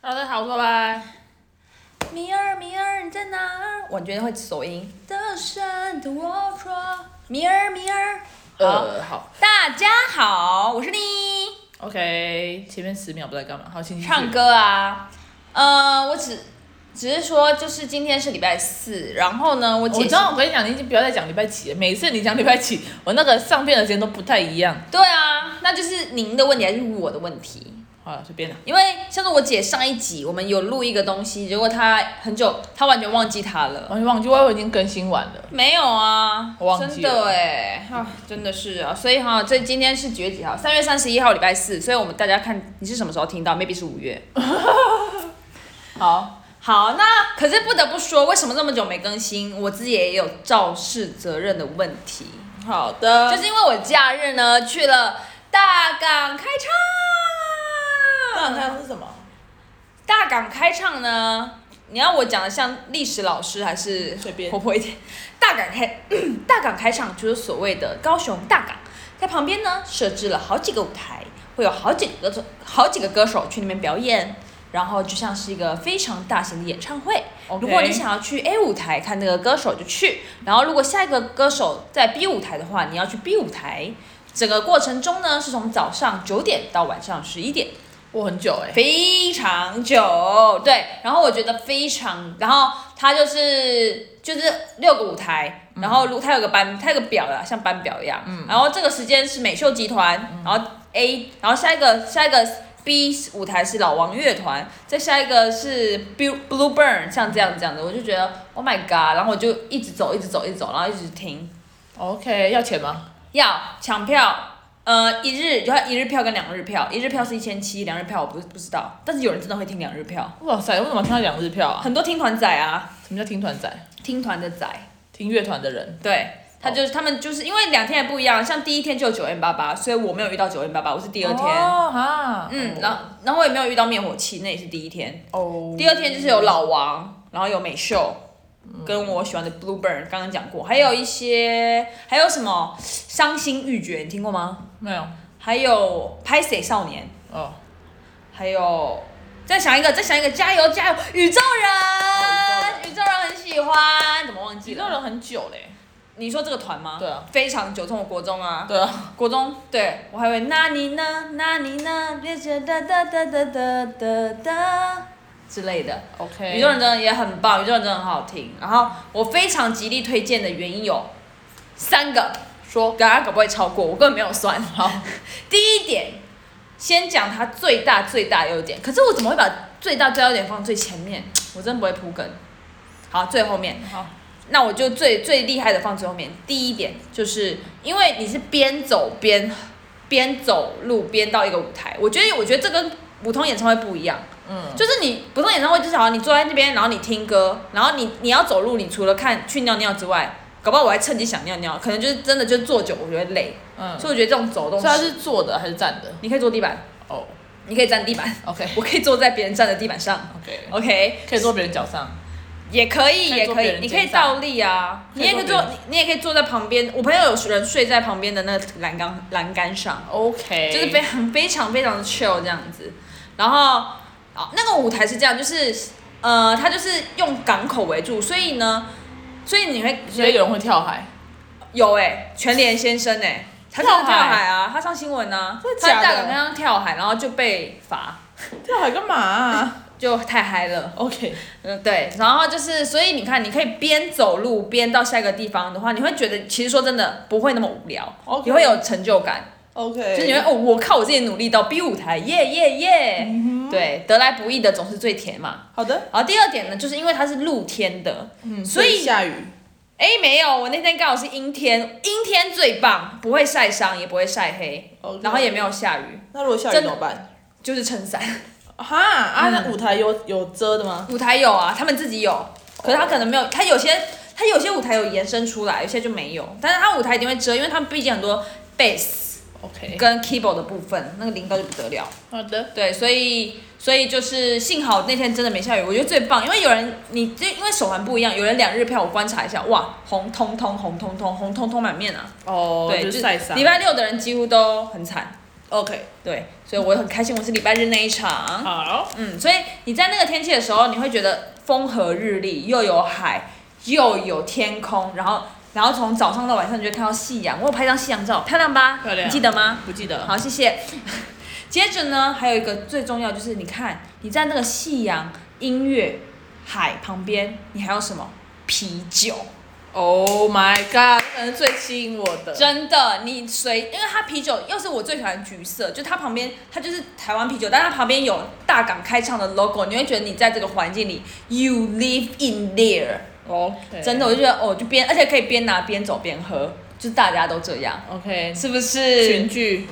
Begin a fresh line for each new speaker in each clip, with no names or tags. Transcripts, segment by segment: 好的，好，拜拜。
米儿，米儿，你在哪儿？我觉得会走音。
的山的我说，
米儿，米儿，
呃，好
大家好，我是你。
，OK，前面十秒不知道在干嘛，好，请继续
唱。歌啊，呃，我只只是说，就是今天是礼拜四，然后呢，我
哦我
姐
知道，我跟你讲，你已经不要再讲礼拜几了。每次你讲礼拜几，我那个上片的时间都不太一样。
对啊，那就是您的问题还是我的问题？
好了，随便了。
因为像是我姐上一集我们有录一个东西，结果她很久，她完全忘记它了。
完全忘记，我以为已经更新完了。
没有啊，
我忘记
真
了
的哎，啊，真的是啊，所以哈，这今天是几月几号？三月三十一号，礼拜四，所以我们大家看你是什么时候听到，maybe 是五 月。
好，
好，那可是不得不说，为什么这么久没更新？我自己也有肇事责任的问题，
好的。
就是因为我假日呢去了大港开唱。
那看是什么？
大港开唱呢，你要我讲的像历史老师还是
随便
活泼一点？大港开 大港开唱就是所谓的高雄大港，在旁边呢设置了好几个舞台，会有好几个歌好几个歌手去那边表演。然后就像是一个非常大型的演唱会
OK
如果你想要去 A 舞台看那个歌手就去，然后如果下一个歌手在 B 舞台的话，你要去 B 舞台。整个过程中呢，是从早上九点到晚上十一点，
我很久哎、
非常久，对。然后我觉得非常，然后它就是就是六个舞台，然后如它有个班，它有个表啦，像班表一样。然后这个时间是美秀集团，然后 A，然后下一个下一个 B 舞台是老王乐团，再下一个是 Blue Blue Burn，像这样这样的，我就觉得 Oh my God，然后我就一直走，一直走，一直走，然后一直听。
OK，要钱吗？
要抢票，呃，一日就要一日票跟两日票，一日票是一千七，两日票我不不知道，但是有人真的会听两日票，
哇塞，为什么听到两日票啊？
很多听团仔啊，
什么叫听团仔？
听团的仔，
听乐团的人。
对。他就是他们就是因为两天也不一样，像第一天就有九 N 八八，所以我没有遇到九 N 八八，我是第二天，
哦哈。
嗯，然后然后我也没有遇到灭火器，那也是第一天，
哦。
第二天就是有老王，然后有美秀，跟我喜欢的 Blue Burn 刚刚讲过，还有一些还有什么伤心欲绝，你听过吗？
没有。
还有拍谁少年，
哦。
还有，再想一个，再想一个，加油加油！宇宙
哦
人，宇宙人很喜欢，怎么忘记
宇宙
了？
人很久嘞、
你说这个团吗？
对啊，
非常久，从我国中啊，
对啊。
国中，对我还会那你呢，那你呢，别觉得哒哒哒哒哒哒之类的。
OK。
宇宙人真的也很棒，宇宙人真的很好听。然后我非常极力推荐的原因有三个，说大家搞不会超过，我根本没有算。好，第一点，先讲它最大最大优点。可是我怎么会把最大最大优点放最前面？我真的不会铺梗。好，最后面。
好。
那我就最最厉害的放最后面。第一点就是因为你是边走边边走路边到一个舞台，我觉得我觉得这跟普通演唱会不一样。
嗯，
就是你普通演唱会就是好像你坐在那边，然后你听歌，然后你你要走路，你除了看去尿尿之外，搞不好我还趁机想尿尿，可能就是真的就是坐久我觉得累，
嗯，所
所以我觉得这种走动
以他是坐的还是站的？
你可以坐地板，
哦
你可以站地板，
，OK
我可以坐在别人站的地板上
OK，
，OK，
可以坐别人脚上。
也可以，
可以
也
坐
可
别
以，
人
你可
肩
以
上
倒立啊，
可以
你也可以
坐别
坐
人，
你也可以坐在旁边，我朋友有人睡在旁边的那个栏杆栏杆上，
OK，
就是非常非常非常的 chill 这样子。然后，啊，那个舞台是这样，就是呃，它就是用港口为主，所以呢，所以你会
所以有人会跳海。
有哎、全联先生哎、他真的
跳
跳
海
海啊，他上新闻啊，
真的
他
假的
在大港上跳海，然后就被罚，
跳海干嘛啊、
就太嗨了。
OK，
嗯，对，然后就是，所以你看，你可以边走路边到下一个地方的话，你会觉得其实说真的不会那么无聊
OK
你会有成就感。
OK，
就是你会哦，我靠我自己努力到 B 舞台，耶耶耶！对，得来不易的总是最甜嘛。
嗯好的，
然后第二点呢，就是因为它是露天的，
嗯，
所以
下雨
哎，没有，我那天刚好是阴天，阴天最棒，不会晒伤，也不会晒黑
哦
OK
然后也没有下雨，
那如果下雨
真
怎
的
么办？
就是撑伞。
哈
嗯
啊，那舞台有有遮的吗？
舞台有啊，他们自己
哦
有，可是他可能没有，他有些他有些舞台有延伸出来，有些就没有，但是他舞台一定会遮，因为他们毕竟很多 bass
OK，
跟 keyboard 的部分，那个铃铛就不得了。
好的，
对，所以所以就是幸好那天真的没下雨，我觉得最棒，因为有人你这因为手环不一样，有人两日票我观察一下，哇，红通通红通通红通通满面啊，
哦
对，
就是晒伤
礼。拜六的人几乎都很惨，
OK，
对，所以我很开心，我是礼拜日那一场。
好，
嗯，所以你在那个天气的时候，你会觉得风和日丽，又有海，又有天空，然后然后从早上到晚上，你就会看到夕阳。我有拍张夕阳照，漂亮吧？
漂亮
你记得吗？
不记得了。
好，谢谢。 接着呢，还有一个最重要就是，你看你在那个夕阳、音乐、海旁边，你还有什么？啤酒，
Oh my god，这可能是最吸引我的。
真的，你随，因为它啤酒又是我最喜欢橘色，就它旁边它就是台湾啤酒，但它旁边有大港开唱的 logo，你会觉得你在这个环境里，you live in there，
哦，
真的，我就觉得哦，就边而且可以边拿边走边喝，就是大家都这样，
OK，
是不
群
是？
聚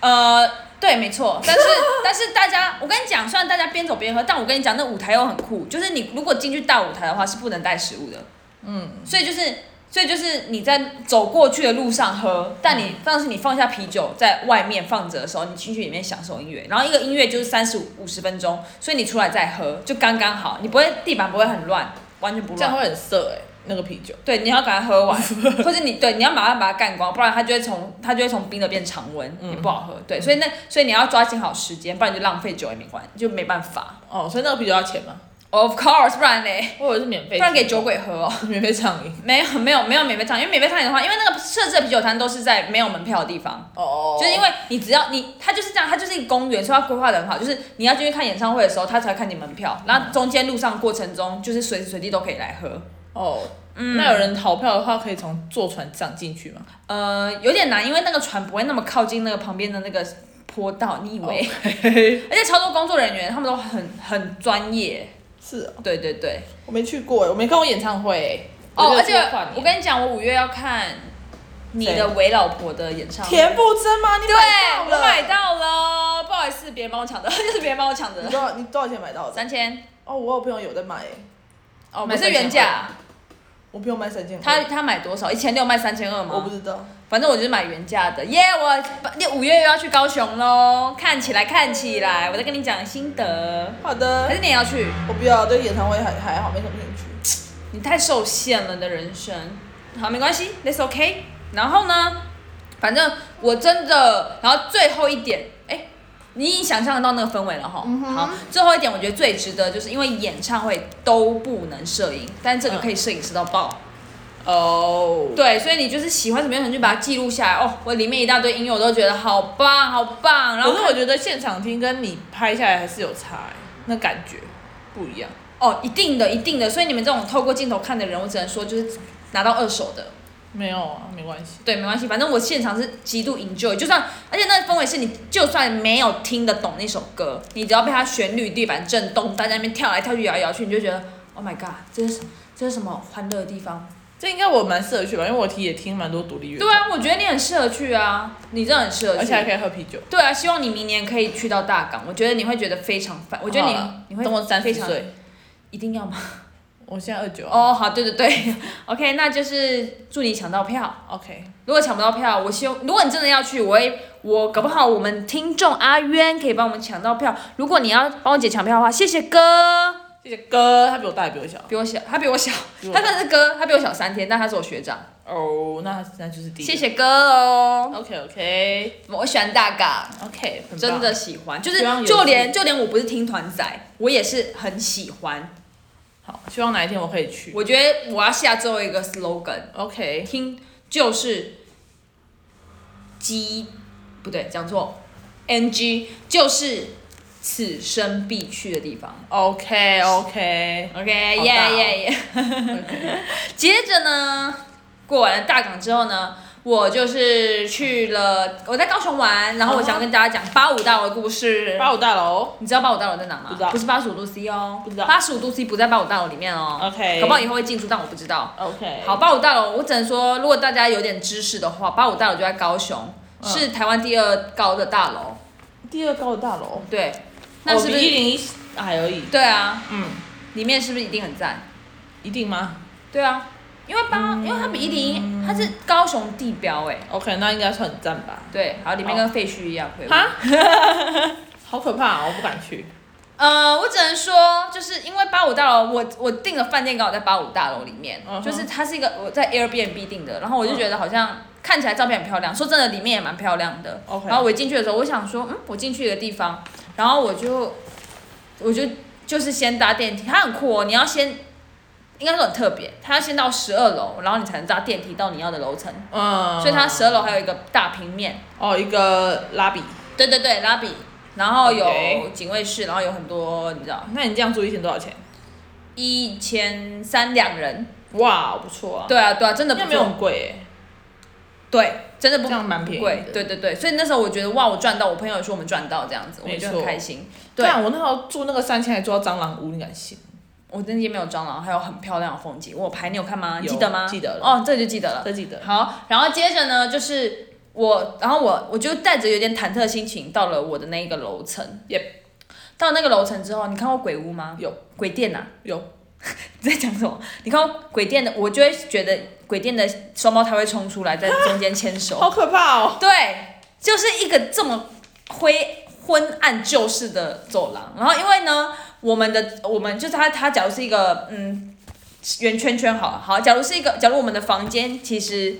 呃，对，没错， 但是但是大家，我跟你讲，虽然大家边走边喝，但我跟你讲，那舞台又很酷，就是你如果进去大舞台的话，是不能带食物的。嗯，所以就是。所以就是你在走过去的路上喝，但
嗯
你但是你放下啤酒在外面放着的时候，你进去里面享受音乐，然后一个音乐就是三十五十分钟，所以你出来再喝就刚刚好，你不会地板不会很乱，完全不
这样
乱。
会很涩哎、那个啤酒。
对，你要赶快喝 完，或者你对你要马上把它干光，不然它就会从它就会从冰的变常温，也不好喝。对，所以那所以你要抓紧好时间，不然你就浪费酒也没关，就没办法。
哦，所以那个啤酒要钱吗？
Of course，不然嘞，
我以为是免费，
不然给酒鬼喝哦。
免费畅饮。
没有没有没有免费畅饮，因为免费畅饮的话，因为那个设置的啤酒摊都是在没有门票的地方。
哦
就是因为你只要你，它就是这样，它就是一个公园，所以它规划的很好。就是你要进去看演唱会的时候，它才看你门票，然后中间路上过程中，就是随时随地都可以来喝。
哦，那有人逃票的话，可以从坐船上进去吗？
呃，有点难，因为那个船不会那么靠近那个旁边的那个坡道，你以为
哦
而且超多工作人员，他们都很很专业。
是哦，
对对对。
我没去过哎，我没看过演唱会哎。
哦，
我
而
觉
且
得跨年
我跟你讲，我五月要看你的伪老婆的演唱会。
田馥甄吗？你
对，
买
我
到
买
了？
到了，不好意思，别人帮我抢的， 就是别人帮我抢
你
的，
多少？你多少钱买到的？
三千。
哦，我有朋友有在买哎，
哦，
买
我是原价，
我朋友卖三千。
他他买多少？一千六卖三千二吗？
我不知道。
反正我就是买原价的，耶、我你五月又要去高雄喽，看起来看起来，我再跟你讲心得。
好
还
的
是，你也要去？
我不要对演唱会还还好，没什么兴趣。
你太受限了，你的人生。好，没关系，that's OK。然后呢，反正我真的，然后最后一点，哎、你已经想象得到那个氛围了哈。好，最后一点，我觉得最值得就是因为演唱会都不能摄影，但是这个可以摄影师到爆。
哦，
对，所以你就是喜欢什么样的，你就把它记录下来。哦，我里面一大堆音乐，我都觉得好棒，好棒。然后
可是我觉得现场听跟你拍下来还是有差、欸，那感觉不一样。
哦，一定的，一定的。所以你们这种透过镜头看的人，我只能说就是拿到二手的。
没有啊，没关系。
对，没关系，反正我现场是极度 enjoy，就算而且那个氛围是你就算没有听得懂那首歌，你只要被它旋律、地板震动，大家在那边跳来跳去、摇来摇去，你就觉得 Oh my God，这是这是什么欢乐的地方？
这应该我蛮适合去吧，因为我听也听蛮多独立乐，
对，啊，我觉得你很适合去啊，你真的很适合
而且还
去。
可以喝啤酒。
对啊，希望你明年可以去到大港，我觉得你会觉得非常烦，我觉得
好了
你你会
等我三
非
十
常
岁，
一定要吗？
我现在二九。
哦，好，对对对 ，OK，那就是祝你抢到票。
OK，
如果抢不到票，我希望如果你真的要去，我会我搞不好我们听众阿渊可以帮我们抢到票。如果你要帮我姐抢票的话，谢谢哥，
谢谢哥，他比我大也比我小。
比我小，他比我小
比，我
他真的是哥，他比我小三天，但他是我学长，
哦，那那就是第一。
谢。谢哥哦。
OK OK
我喜欢大港，
OK，很棒
真的喜欢，就是
希望有
就连就连我不是听团仔，我也是很喜欢。
好，希望哪一天我可以去。
我觉得我要下最后一个 slogan，
OK，
听就是鸡，不对，讲错，ng 就是此生必去的地方。
OK OK，
OK，
好
耶
大哦
耶耶。 接着呢，过完了大港之后呢，我就是去了我在高雄玩，然后我
啊
想跟大家讲八五大楼的故事。
八五大楼。
你知道八五大楼在哪吗？
不知道
是八十五度 C 哦，
不知道
八十五度 C 不在八五大楼里面哦。
OK
搞不好以后会进驻，但我不知道。
OK，
好，，八五大楼，我只能说，如果大家有点知识的话，八五大楼就在高雄，
嗯
是台湾第二高的大楼。
第二高的大楼，
对，那是不是？
哦一零一还而已？
对啊，
嗯，
里面是不是一定很赞？
一定吗
对啊，因为八，
嗯
因为它比一零一，它是高雄地标哎、
？OK，那应该算很赞吧？
对，好，里面跟废墟一样。可以
哈，好可怕、哦，我不敢去。
呃，我只能说，就是因为八五大楼，我我订的饭店刚好在八五大楼里面
嗯哼
就是它是一个我在 Airbnb 订的，然后我就觉得好像看起来照片很漂亮，说真的，里面也蛮漂亮的。
OK
然后我一进去的时候，我想说，嗯，我进去一个地方，然后我就，我就就是先搭电梯，它很酷哦，你要先，应该说很特别，它要先到十二楼，然后你才能搭电梯到你要的楼层，
嗯，
所以它十二楼还有一个大平面，
哦一个拉比，
对对对，拉比，然后有
OK
警卫室，然后有很多你知道，
那你这样住一天多少钱？
一千三两人，
哇，不错啊，
对啊对啊，真的
那
不
没有
错
很，贵哎，
对，真的不
这样蛮便宜
贵
的，。
对对对，所以那时候我觉得哇，我赚到，我朋友也说我们赚到这样子，我们
没
就
错
很开心。对
对，啊我那时候住那个三千还住到蟑螂屋，你敢信？
我那天没有蟑螂，还有很漂亮的风景，我有拍你有看吗？
有
记得吗？
记得了
哦，这就记得了。
真记得。
好，然后接着呢，就是我，然后我我就带着有点忐忑的心情到了我的那一个楼层。
Yep
到那个楼层之后，你看过鬼屋吗？
有。
鬼店呐、
有。
你在讲什么？你看过鬼店的，我就会觉得鬼店的双胞胎会冲出来，在中间牵 手。
好可怕哦！
对，就是一个这么灰昏暗旧式的走廊。然后因为呢，我们的我们就是它它假如是一个嗯圆圈圈好了，好，假如是一个假如我们的房间其实。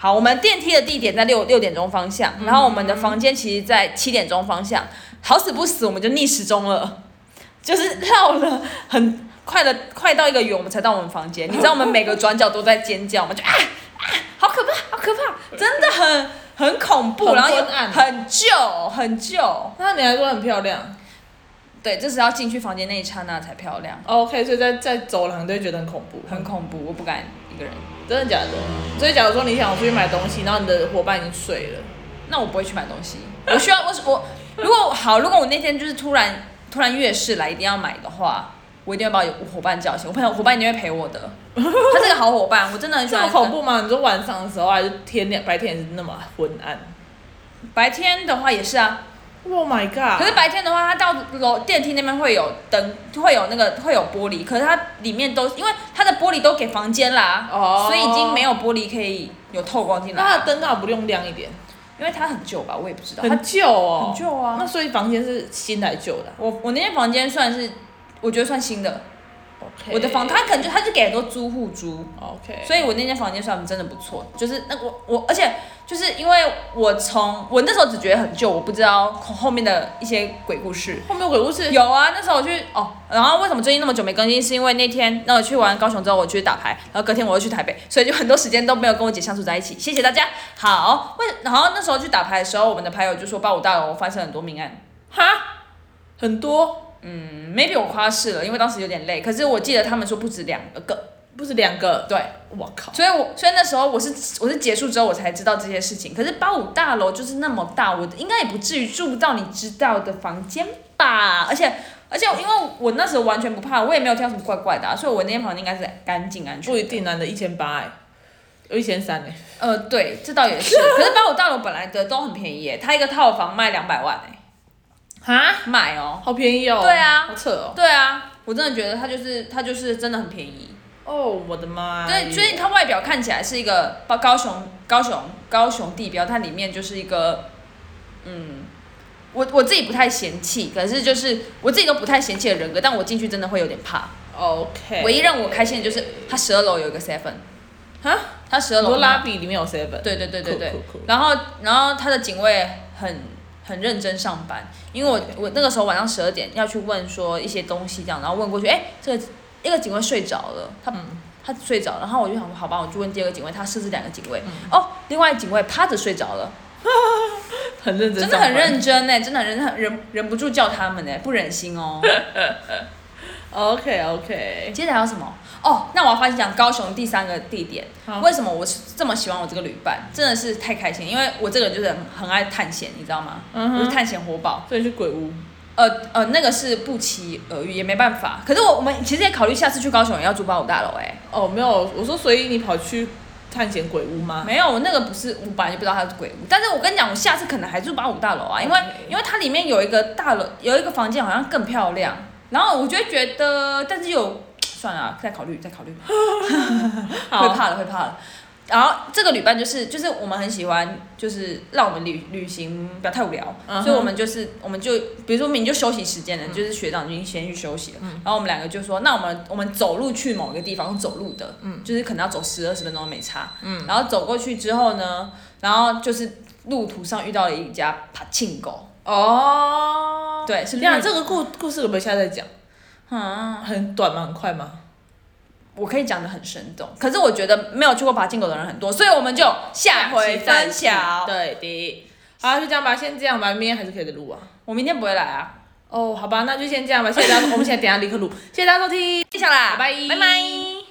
好，我们电梯的地点在六六点钟方向，然后我们的房间其实在七点钟方向。好死不死，我们就逆时钟了， 就是绕了很快的，快到一个圆，我们才到我们房间。你知道我们每个转角都在尖叫，我们就啊啊，好可怕，好可怕，真的很很恐怖，
很
然后又
昏暗
很旧很旧。
那你还说很漂亮
对，这是要进去房间那一刹那才漂亮，
，OK，所以哦在在走廊都会觉得很恐怖，
很恐怖，我不敢一个人。
真的假的？所以假如说你想出去买东西，然后你的伙伴已经睡了，
那我不会去买东西，我需要我我如果好，如果我那天就是突然突然月事来一定要买的话，我一定会把我伙伴叫醒，我朋友伙伴一定会陪我的，他是个好伙伴，我真的很喜
这
欢
么
跟。
恐怖吗？你说晚上的时候还是天亮，白天也是那么昏暗
白天的话也是啊，
？Oh my
可是
god！
白天的话，它到楼电梯那边会有灯，会有那个会有玻璃，可是它里面都因为它的玻璃都给房间啦，
哦
所以已经没有玻璃可以有透光进
那它
来
的，灯到底不用亮一点？
因为它很旧吧，我也不知道。它
很旧哦，
很旧啊
那所以房间是新来旧的啊
我我那间房间算是我觉得算新的，
，OK。
我的房它可能就它就给很多租户租，
OK，
所以我那间房间算真的不错，就是那我我，而且就是因为我从我那时候只觉得很旧，我不知道后后面的一些鬼故事。
后面有鬼故事
有啊，那时候我去哦，然后为什么最近那么久没更新？是因为那天那我去完高雄之后，我去打牌，然后隔天我又去台北，所以就很多时间都没有跟我姐相处在一起。谢谢大家。好，为然后那时候去打牌的时候，我们的牌友就说八五大楼发生很多命案。
哈，很多
嗯，maybe 我夸饰了，因为当时有点累。可是我记得他们说不止两个，
不是两个，
对，
我靠，
所以我所以那时候我是我是结束之后我才知道这些事情。可是八五大楼就是那么大，我应该也不至于住不到你知道的房间吧？而且而且因为我那时候完全不怕，我也没有听到什么怪怪的、啊，所以我那间房间应该是干净安全。
不一。定啊，你的一千八哎，有一千三哎，
呃，对，这倒 也是。可是八五大楼本来的都很便宜耶，它一个套房卖两百万哎，
哈，
买哦。
好便宜哦，
对啊
好扯哦，
对啊，我真的觉得它就是它就是真的很便宜。
哦，我的妈，
对，所以它外表看起来是一个高高雄高雄高雄地标，它里面就是一个，嗯，我我自己不太嫌弃，可是就是我自己都不太嫌弃的人格，但我进去真的会有点怕。
OK，
唯一让我开心的就是它十二楼有一个 seven，
哈，
它十二
很
楼
多拉比里面有 seven，
对对对对对
酷酷酷，
然后然后他的警卫很很认真上班，因为我我那个时候晚上十二点要去问说一些东西这样，然后问过去，哎，这个一个警卫睡着了，他、
嗯
他睡着，然后我就想说，好吧，我就问第二个警卫，他设置两个警卫，
嗯
哦，另外警卫趴着睡着了，
很认真，
真的很。认真呢，真的很认真忍忍不住叫他们呢，不忍心哦。
OK OK，
接着还有什么？哦，那我要分享高雄第三个地点
好。
为什么我是这么喜欢我这个旅伴？真的是太开心，因为我这个人就是很很爱探险，你知道吗？
嗯哼
我是探险活宝。
所以去鬼屋，
呃呃，那个是不期而遇，也没办法。可是我我们其实也考虑下次去高雄也要住八五大楼哎、
哦，没有，我说所以你跑去探险鬼屋吗？
没有，那个不是，我本来就不知道它是鬼屋。但是我跟你讲，我下次可能还住八五大楼啊，因为
OK
因为它里面有一个大楼，有一个房间好像更漂亮。然后我就会觉 得，但是有算了啊、再考虑，再考虑，会
好
怕了，会怕了。然后这个旅伴就是就是我们很喜欢，就是让我们旅旅行不要太无聊
嗯哼嗯
所以我们就是我们就比如说明明就休息时间了，就是学长已经先去休息了，然后我们两个就说，那我们我们走路去某一个地方，走路的，
嗯
就是可能要走十二十分钟都没差，然后走过去之后呢，然后就是路途上遇到了一家帕庆狗，
哦，
对，是
对
绿
呀，这个故故事可不可以下次再讲？
嗯，
很短吗？很快吗？
我可以讲的很生动，可是我觉得没有去过爬进狗的人很多，所以我们就下回分享。
对的。好，就这样吧，先这样吧，明天还是可以再录啊。
我明天不会来啊，
哦，好吧，那就先这样吧，谢谢大家，我们现在等一下立刻录，谢谢大家收听，
谢谢啦，
拜拜
拜拜。